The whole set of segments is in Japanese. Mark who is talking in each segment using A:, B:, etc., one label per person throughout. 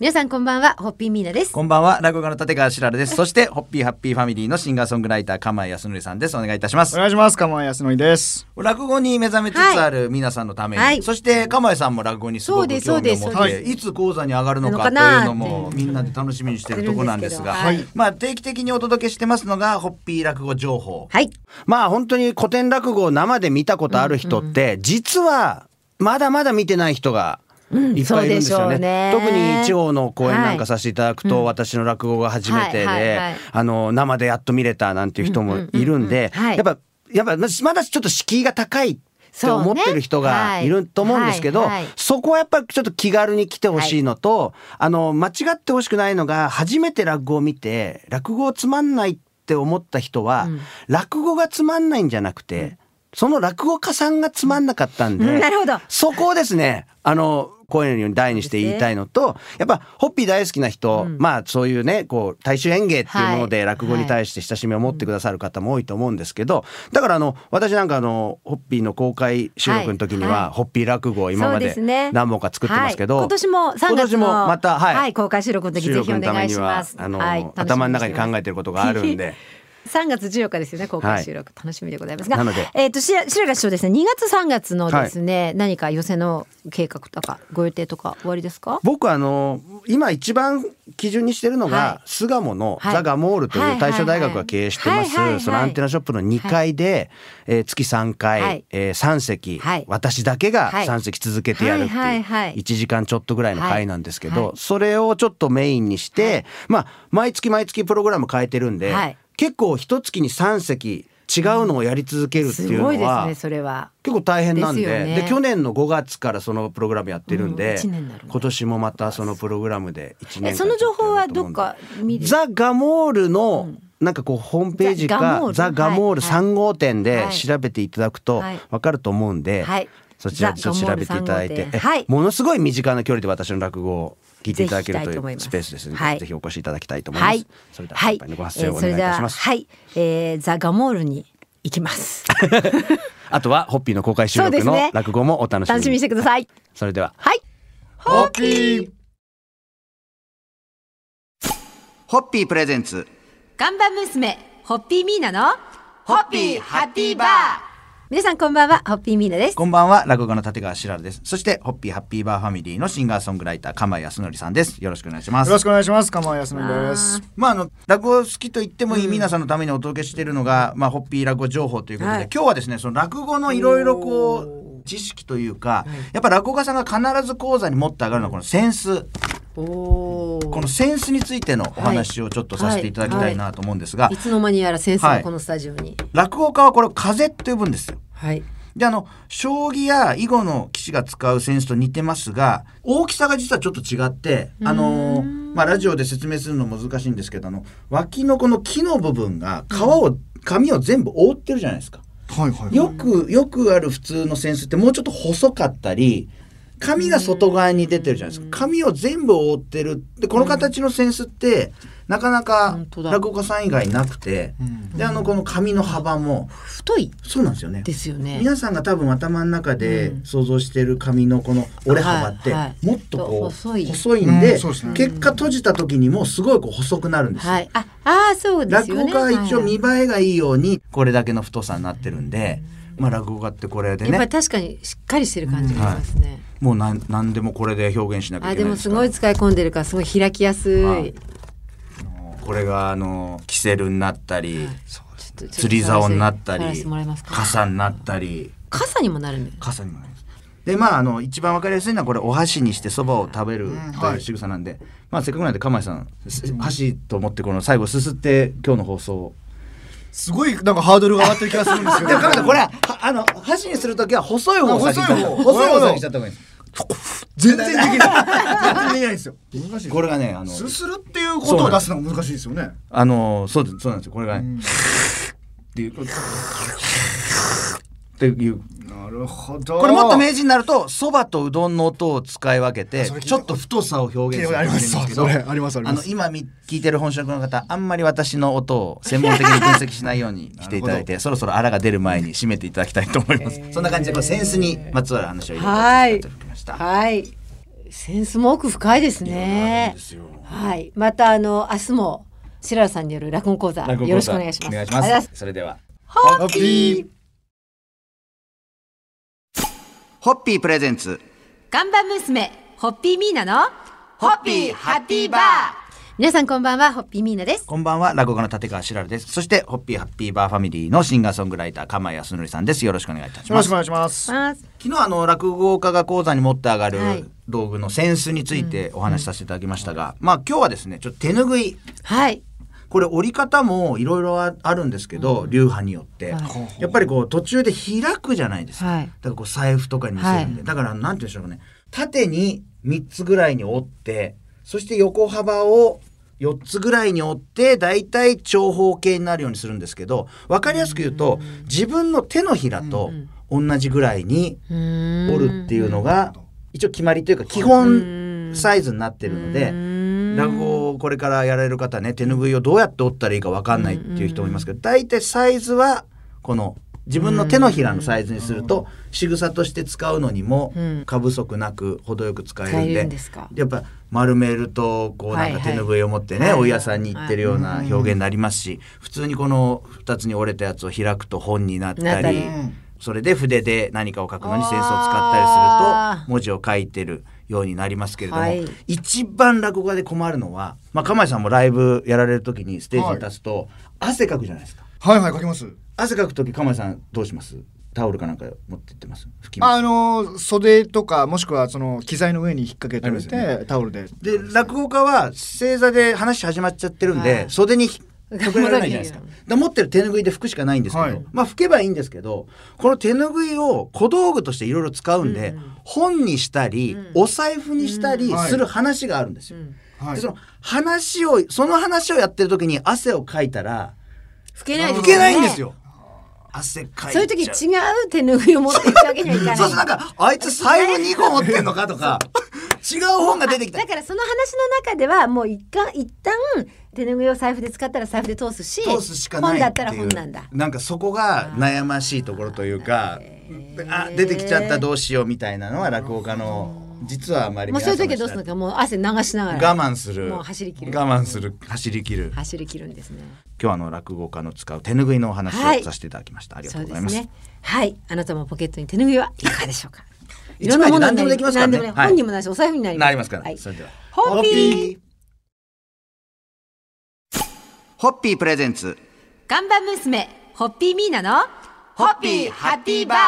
A: 皆さんこんばんは、ホッピーミーナです。
B: こんばんは、落語家の立川しらるです。そして、ホッピーハッピーファミリーのシンガーソングライター、釜井康則さんです。お願いいたしま
C: お
B: す。
C: 願いします。釜井康則です。
B: 落語に目覚めつつある皆さんのために、
A: はい
B: そして、釜井さんも落語にすごく興味
A: そ
B: を
A: うです
B: 持
A: そう
B: っ
A: です
B: て、
A: そう
B: いつ講座に上がるのか
A: な
B: と
A: の
B: い
A: か
B: うの
A: な
B: も、みんなで楽しみにしているところなんですが、
A: はい
B: まあ、定期的にお届けしてますのが、ホッピー落語情報。
A: はい。
D: まあ本当に古典落語を生で見たことある人って、実はまだまだ見てない人がいっぱいいるんですよ
A: そうでしょうね
D: ね。特に地方の公演なん
A: はい
D: かさせていただくと、私の落語が初めて
A: はいはい
D: で
A: はい、
D: あの、生でやっと見れたなんていう人もいるんで、
A: うんうんうんうんはい
D: やっぱ、やっぱままだちょっと敷居が高い。って思ってる人がいると思うんですけ
A: そ
D: ど
A: うねはいはいはい、
D: そこはやっぱりちょっと気軽に来てほしいのと、あの、間違ってほしくないのが、初めて落語を見て、落語をつまんないって思った人は、
A: うん
D: 落語がつまんないんじゃなくて、その落語家さんがつまんなかったんで、
A: うんなるほど
D: そこをですね、あの、声のように大にして言いたいのと、やっぱ、ホッピー大好きな人、
A: うん
D: まあ、そういうね、こう、大衆演芸っていうもの
A: はい
D: で落語に対して親しみを持ってくださる方も多いと思うんですけど、だから、あの、私なんか、あの、ホッピーの公開収録の時には、
A: はいはい
D: ホッピー落語を今ま
A: そうで
D: です
A: ね
D: 何本か作ってますけど、
A: はい今年も3月の
D: 今年もまた、はい。
A: はい公開収録の時
D: 収録のためには
A: ぜひお願いします
D: あの、
A: はい
D: 頭の中に考えてることがあるん で。
A: 3月14日ですよね、公開収録、楽しみでございますが。
D: なので
A: えっ、と、しら、しらが師匠ですね、2月3月のですね、何か寄せの計画とか、ご予定とか、終わりですか。
D: 僕あの今一番基準にしてるのが、
A: は
D: 巣鴨の
A: はい
D: ザ・ガモールとい
A: はいは
D: う
A: いはい
D: 大正大学が経営してま
A: はいはいはい
D: すそのアンテナショップの2階で、えー月3回、
A: はい
D: え3席、
A: はい
D: 私だけが
A: はい
D: 3席続けてやるっていう、
A: はいはいはい
D: 1時間ちょっとぐらいの回なんですけど、
A: はいはい
D: それをちょっとメインにして、まあ毎月毎月プログラム変えてるんで、
A: はい
D: 結構一月に3席違うのをやり続けるって
A: す
D: いうの
A: ごいで
D: は、
A: すね、それは。
D: 結構大変なんで
A: ですよ
D: で,、
A: ね
D: 去年の5月からそのプログラムやってるん
A: うん
D: で、
A: 一年になるんだ
D: 今年もまたそのプログラムで1年
A: え、その情報はどっか見る。
D: ザ・ガモールの、なんかこうホームページ
A: ザガモー
D: か
A: ル
D: ザ・ガモール
A: はいはい
D: 3号店で
A: はい
D: 調べていただくと
A: はい
D: わかると思うんで、
A: はい
D: そちらでちょっと調べていただい
A: ザガモール
D: てえ
A: 3号、店はい
D: ものすごい身近な距離で私の落語を聞いていただける
A: ぜ
D: と
A: ひ聞きたいと思い
D: い
A: ま
D: う
A: す
D: スペースですね、
A: はい
D: ぜひお越しいただきたいと思います、
A: はい。
D: それでは乾杯のご発声をお願いいたします、
A: はいえーそれでははい、えーザガモールに行 きます。
D: あとはホッピーの公開収
A: そうで
D: 録
A: すね
D: の落語もお楽しみに
A: 楽しみにしてください。
D: それでは
A: はい。
B: ホッピーホッピープレゼンツ。
A: ガンバ娘、ホッピーミーナの、
B: ホッピーハッピーバー
A: 皆さんこんばんは、ホッピーミーナです。
B: こんばんは、落語家の立川しらるです。そして、ホッピーハッピーバーファミリーのシンガーソングライター、釜井康則さんです。よろしくお願いしま
C: よ
B: す
C: ろ。しくお願いします。釜井康則です。
B: まあ、あの落語好きと言ってもいい皆さんのためにお届けしているのが、まあ、ホッピー落語情報ということで、
A: はい
B: 今日はですねその落語のいろいろこう知識というか、やっぱ落語家さんが必ず講座に持って上がるのはこのセンス
A: お
B: このセンスについてのお話をちょっとさせていただきたいなと思うんですが、
A: いつの間にやら先生
B: は
A: が
B: い
A: このスタジオに。
B: 落語家はこれを風と呼ぶんですよ。
A: はい。
B: であの将棋や囲碁の棋士が使う扇子と似てますが大きさが実はちょっと違ってあのまあラジオで説明するの難しいんですけどあの脇のこの木の部分が皮を、紙を全部覆ってるじゃないですか。
C: はいはい。
B: よくよくある普通の扇子ってもうちょっと細かったり紙が外側に出てるじゃないですか紙を全部覆ってるでこの形の扇子ってなかなか
A: 本当だ
B: 落語家さん以外なくてであのこの紙の幅も
A: 太い
B: そうなんですよね。
A: ですよね。
B: 皆さんが多分頭の中で想像してる紙のこの折れ幅って
A: はいはい
B: もっとこう
A: 細い
B: 細いんで
C: うんそうですね
B: 結果閉じた時にもすごいこう細くなるんですよ。
A: はい。あ、あーそうです
B: 落
A: よ
B: 語
A: ね。
B: 家は一応
A: はい
B: 見栄えがいいようにこれだけの太さになってるんで、まあ落語家ってこれで
A: やっぱ
B: ね
A: り確かにしっかりしてる感じがしますね。
B: もうなん何でもこれで表現しなきゃ
A: あ
B: い
A: ー、
B: け
A: で
B: ない
A: も
B: です
A: す
B: から
A: ごい使い込んでるからすごい開きやすい。
B: はいこれがあのキセルになったり、
A: ちょっと
B: 釣り竿になった
A: 触らせ
B: り
A: てもらえますか
B: 傘になったり。
A: 傘にもなるんだよね。
B: 傘にもないですでまああの一番わかりやすいのはこれお箸にしてそばを食べるという仕草なんで、まあせっかくなんで釜井さんす箸と思ってこの最後すすって今日の放送を
C: すごいなんかハードルが上がってる気がするんですけ
B: で
C: ど。
B: も釜井さんこれははあの箸にするときは細い方を先に
C: あ細い方
B: 細い方を先にしちゃった方がいいです
C: 全然できない。全然できないんですよ。難しい。
B: これがねあの
C: すするっていうことを出すのが難しいですよね。
B: あのそうですそうなんです よこれがね、っていうっていう
C: なるるほど
B: これもっと明示になるとそばとうどんの音を使い分けて
C: あそれ聞いた
B: ちょっと太さを表現する
C: あります
B: んですけ
C: そ
B: ど
C: れありますあり
B: あ
C: ま
B: の
C: す
B: 今み聞いてる本職の方あんまり私の音を専門的に分析しないようにしていただいてそろそろあらが出る前に締めていただきたいと思います、そんな感じでこれセンスにまつわる話をいろいろ聞いていただきました
A: はい。センスも奥深いですね。はい。またあの明日も白良さんによる落語講座
B: 落語講座
A: よろしくお願いします。
B: お願いしま
A: ありがとうございます
B: それでは
C: ハッピー
B: ホッピープレゼンツ
A: 看板娘、ホッピーミーナの、ホッピーハッピーバー。皆さんこんばんは、ホッピーミーナです。
B: こんばんは、落語家の立川しらるです。そして、ホッピーハッピーバーファミリーのシンガーソングライター、鎌谷すのりさんです。よろしくお願いいたし
C: よろ
B: ま
C: しく
B: す
C: お。願いします
B: 昨日、あの、落語家が講座に持って上が
A: はい
B: る道具のセンスについてお話しさせていただきましたが、まあ今日はですね、ちょっと手拭い。
A: はい。
B: これ折り方もいろいろああるんですけど、流派によって、
A: はい
B: やっぱりこう途中で開くじゃないですか、
A: はい
B: だからこう財布とかに見せるんで、
A: は
B: だからなんて言うんでしょうかね縦に3つぐらいに折ってそして横幅を4つぐらいに折ってだいたい長方形になるようにするんですけど分かりやすく言うと自分の手のひらと同じぐらいに
A: うーん
B: 折るっていうのが一応決まりというか基本サイズになってるので落語をこれからやられる方ね手拭いをどうやって折ったらいいか分かんないっていう人もいますけど大体サイズはこの自分の手のひらのサイズにすると仕草として使うのにも
A: うん
B: 過不足なく程よく使えるん
A: 使え
B: で
A: るんですか
B: やっぱ丸めるとこうなんか手拭いを持って
A: はい
B: ね
A: はい
B: お湯屋さんに行ってるような表現になりますし普通にこの2つに折れたやつを開くと本になっ
A: なったた
B: り
A: り。
B: それで筆で何かを書くのにセンスを使ったり
A: あ
B: する
A: ー
B: と文字を書いてるようになりますけれども、
A: はい
B: 一番落語家で困るのは、まあ、釜井さんもライブやられる時にステージに立つと、汗かくじゃないですか
C: はいはい書きます
B: 汗かく時釜井さんどうしますタオルかなんか持ってってます拭きます
C: あの袖とかもしくはその機材の上に引っ掛けてお
B: あり
C: い
B: ます
C: て、タオルで
B: で落語家は正座で話始まっちゃってるんで、
A: はい
B: 袖に隠れられないじゃないですかだ
A: 戻
B: から持ってる手拭いで拭くしかないんですけど、
C: はい
B: まあ拭けばいいんですけどこの手拭いを小道具としていろいろ使うんで、本にしたり、お財布にしたり
C: うん
B: する話があるんですよ。
C: は
B: でその話をその話をやってる時に汗をかいたら
A: 拭けないですよね
B: 拭けないんです。よ。汗かいち
A: そ
B: ゃ
A: う
B: う
A: いう時違う手拭いを持っていくわけにはいかない。
B: そうするとなんかあいつ財布2個持ってんのかとか違う本が出てきた
A: だからその話の中ではもう一旦一旦手拭いを財布で使ったら財布で通すし
B: 通すしかない
A: 本だっ
B: って
A: た
B: いう
A: ら本なんだ
B: なんかそこが悩ましいところというかあ出てきちゃったどうしようみたいなのは落語家の実はあまり
A: もうそういう時はどうする
B: 皆さ
A: の
B: ん
A: かもう汗流しながら
B: 我慢する
A: もう走り切る
B: 我慢する走り切る
A: 走り切るんですね
B: 今日はあの落語家の使う手ぬぐいのお話
A: はい
B: をさせていただきました、ありがとうございま
A: そ
B: す
A: うですねはいあなたもポケットに手拭いはいかがでしょうか い
B: 一枚で何でも
A: な
B: で
A: り
B: きますからね
A: 何でも
B: はい
A: 本にもなるしお財布になります
B: なりますから、
A: はい
B: それでは
A: ホッピー
D: ホッピープレゼンツ
A: 看板娘ホッピーミーナのホッピーハッピーバー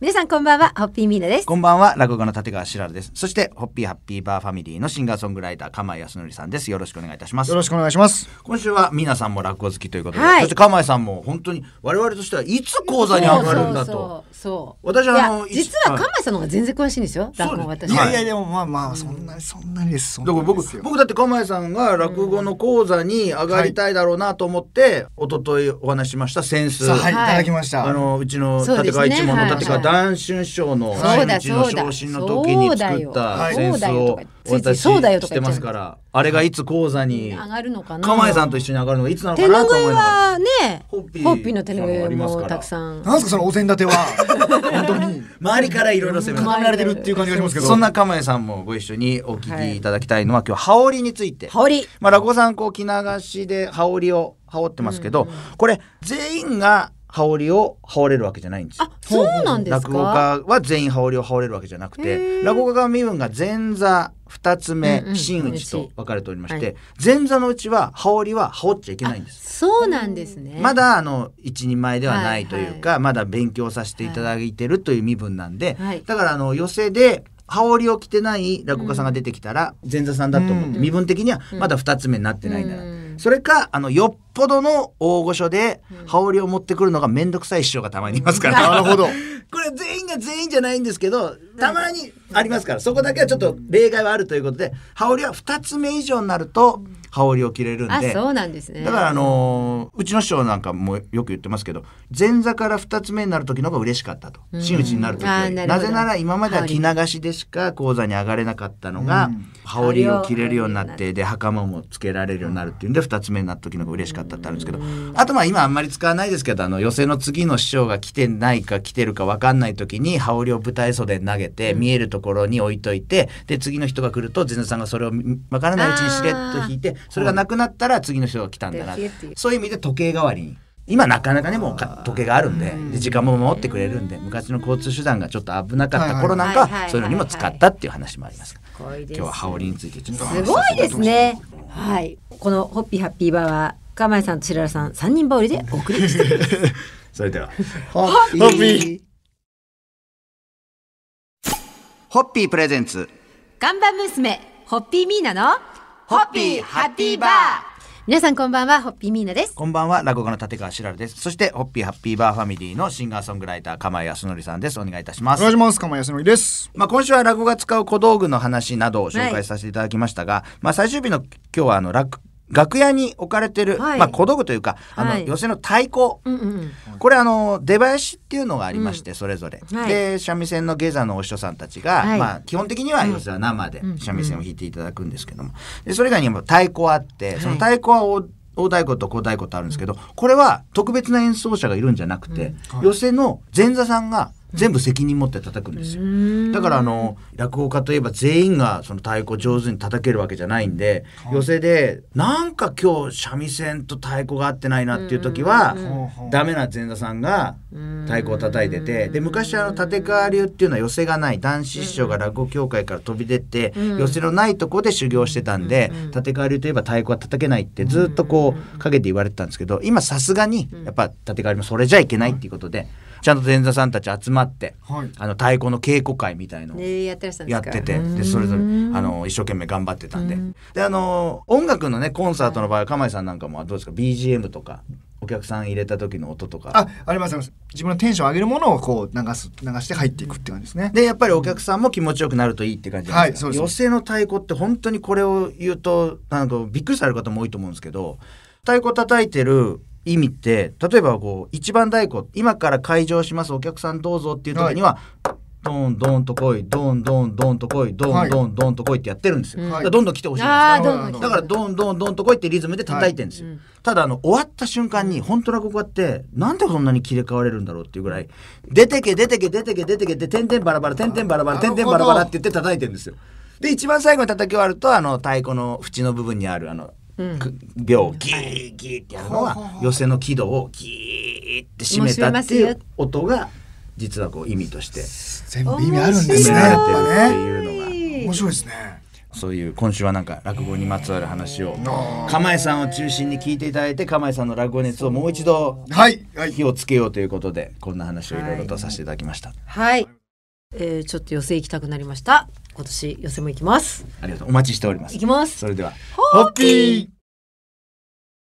A: 皆さんこんばんはホッピーミーナです
B: こんばんは落語家の立川しらるですそしてホッピーハッピーバーファミリーのシンガーソングライター鎌井康則さんですよろしくお願いいたします
C: よろしくお願いします
B: 今週は皆さんも落語好きということで、
A: はい
B: そして釜井さんも本当に我々としてはいつ講座に上がるんだと。
A: そうそうそう
B: 私はあの
A: いや
B: 一
A: 実は鎌井さんの方が全然詳しいんですよ落語私
C: い
B: は
C: や
B: い
C: いやでもまあまあそんなにそんなにですそん
B: だ
C: な
B: か
C: に
B: ら
C: です
B: 僕
C: よ
B: 僕だって釜井さんが落語の講座に上がりたいだろうなと思って、一昨日お話ししましたセンス、
C: さあはいい
A: はい
C: ただきました
B: あのうちの
A: そう
B: 立
A: ですね
B: 川一門
A: は
B: の
A: い
B: 立川談春師匠の
C: そう
B: 真打
C: だ
B: ちの
A: そうだ
B: 昇進の時に作
A: そう
B: っ
A: だ
B: た
A: よ
B: センスを
A: そうだよとかついつい
B: 私
A: そうだよと
B: し
A: か
B: て
A: 言
B: ま
A: っちゃう
B: すからあれがいつ講座に
A: 上がるのかな
B: 釜井さんと一緒に上がるのがいつなのか
A: 手拭い
B: なと思いながら
A: はねホ
B: ホッ
A: ッピ
B: ピー
A: ーの手拭いもたくさん
C: なんすかそのお膳立ては本当に
B: 周りからいろいろ攻められて
C: 考えられてるっていう感じがしますけど
B: そんな釜井さんもご一緒にお聞きいただきたいのは、今日羽織について。
A: 羽織
B: まあ落語さんこう着流しで羽織を羽織ってますけど、これ全員が羽織を羽織れるわけじゃないんですよ
A: あ。そうなんです
B: 落語
A: か
B: 家は全員羽織を羽織れるわけじゃなく
A: へ
B: て落語家が身分が前座二つ目、
A: うんうん
B: 真打ちと分かれておりまして、
A: はい
B: 前座のうちは羽織は羽織っちゃいけないんです。
A: そうなんですね
B: まだあの一人前ではないというか、
A: は
B: まだ勉強させていただいてるという身分なんで、
A: はい
B: だからあの寄席で羽織を着てない落語家さんが出てきたら前座さんだと思って、身分的にはまだ二つ目になってないなら、
A: うん
B: それかあの酔っぽどの大御所で羽織を持ってくるのが面倒くさい師匠がたまにいますから、
C: なるほど。
B: これ全員が全員じゃないんですけどたまにありますからそこだけはちょっと例外はあるということで羽織は2つ目以上になると羽織を着れるん
A: あ
B: で。
A: そうなんですね
B: だからあのーうちの師匠なんかもよく言ってますけど前座から2つ目になる時の方が嬉しかったと真打ちになる時よ
A: あー
B: り
A: な
B: な
A: るほど
B: ぜなら今までは着流しでしか講座に上がれなかったのが羽織を着れるようになってで袴もつけられるようになるっていうんで2つ目になった時の方が嬉しかったってあるんですけどあとまあ今あんまり使わないですけどあの寄席の次の師匠が来てないか来てるか分かんない時に羽織を舞台袖に投げて見えるところに置いといてで次の人が来ると前座さんがそれを分からないうちにしれっと引いてそれがなくなったら次の人が来たんだな
A: で消えていく
B: そういう意味で時計代わりに今なかなかねもうか時計があるんでで時間も守ってくれるんで昔の交通手段がちょっと危なかった頃なんか
A: はいはいはいは
B: はいそういうのにも使ったっていう話もありますが
A: すごいです
B: 今日は羽織についてちょっとお話
A: す
B: し
A: ご
B: させ
A: い
B: て
A: ですね。はい、このホッピーハッピーバーは、釜井さんと白良さん、三人羽織でお送りしています。
B: それでは
D: ホッ
C: ホッピ
D: ー。ホッピープレゼンツ。
A: 看板娘、ホッピーミーナの、
D: ホッピーハッピーバー
A: 皆さんこんばんは、ホッピーミーナです。
B: こんばんは落語家の立川しらるですそしてホッピーハッピーバーファミリーのシンガーソングライター釜井康則さんですお願いいたしま
C: お
B: す
C: 願いします。釜井康則です。
B: まあ、今週は落語が使う小道具の話などを紹介させていただきましたが、まあ、最終日の今日はあの楽楽屋に置かれてる、
A: はい
B: まあ、小道具というかあの、
A: はい
B: 寄席の太鼓、
A: うんうん。
B: これあの出囃子っていうのがありまして、それぞれ、
A: はい
B: で三味線の芸座のお師匠さんたちが、
A: はい
B: まあ、基本的には寄せは生で三味線を弾いていただくんですけども、でそれ以外にも太鼓あってその太鼓は大大太鼓と小太鼓とあるんですけど、これは特別な演奏者がいるんじゃなくて、寄席の前座さんが全部責任持って叩くんですよ。だからあの落語家といえば全員がその太鼓上手に叩けるわけじゃないんで、寄席でなんか今日三味線と太鼓が合ってないなっていう時は、ダメな前座さんが太鼓を叩いててで昔あの立川流っていうのは寄せがない男子師匠が落語協会から飛び出て、寄せのないとこで修行してたんで、立川流といえば太鼓は叩けないってずっとこう陰で言われてたんですけど今さすがにやっぱ立川流もそれじゃいけないっていうことで、ちゃんと前座さんたち集まって、
C: はい
B: あの太鼓の稽古会みたいのを
A: ね、やってらっしゃるんで
B: や
A: す
B: っ
A: か。
B: ててでそれぞれあの一生懸命頑張ってたんでであの音楽のねコンサートの場合釜井さんなんかもどうですか BGM とかお客さん入れた時の音とか
C: あ、ありますあります。自分のテンション上げるものをこう流す流して入っていくって感じですね。
B: でやっぱりお客さんも気持ちよくなるといいって感じなんですよ
C: はいそ
B: 寄
C: うです
B: 席の太鼓って本当にこれを言うとなんかびっくりされる方も多いと思うんですけど太鼓叩いてる意味って例えばこう一番太鼓今から開場しますお客さんどうぞっていう時には、ドンドンと来いドンドンドンと来いド
C: は
B: ン
C: い
B: ドンドンと来いってやってるんですよ、
C: はい
B: だからどんどん来てほしいんです
A: ああ、どう
C: なる
A: も
C: ほ
B: だから
A: どうも
B: どんどんどんとこいってリズムで叩いてるんですよ、
A: はいうん
B: ただあの終わった瞬間に本当落語家ってなんでそんなに切れ替われるんだろうっていうぐらい出てけ出てけ出てけ出てけって点々バラバラ点々バラバラ
C: なる
B: 点
C: ほ
B: 々
C: ど
B: バラバラって言って叩いてるんですよで一番最後に叩き終わるとあの太鼓の縁の部分にあるあのく秒をギーギーってやるのは寄せの軌道をギーって締めたっていう音が実はこう意味として
C: 全部意味あるんで
B: 込
C: すね。
B: められてる
C: やっ
B: って
C: ぱね
B: いうのが。
C: 面白いですね。
B: そういう今週はなんか落語にまつわる話を釜井さんを中心に聞いていただいて釜井さんの落語熱をもう一度
C: はいはい。
B: 火をつけようということでこんな話をいろいろとさせていただきました、
A: はい。えー、ちょっと寄せ行きたくなりました。今年寄せも行きます。
B: ありがとうお待ちしております
A: 行きます。
B: それでは
C: ホッピー。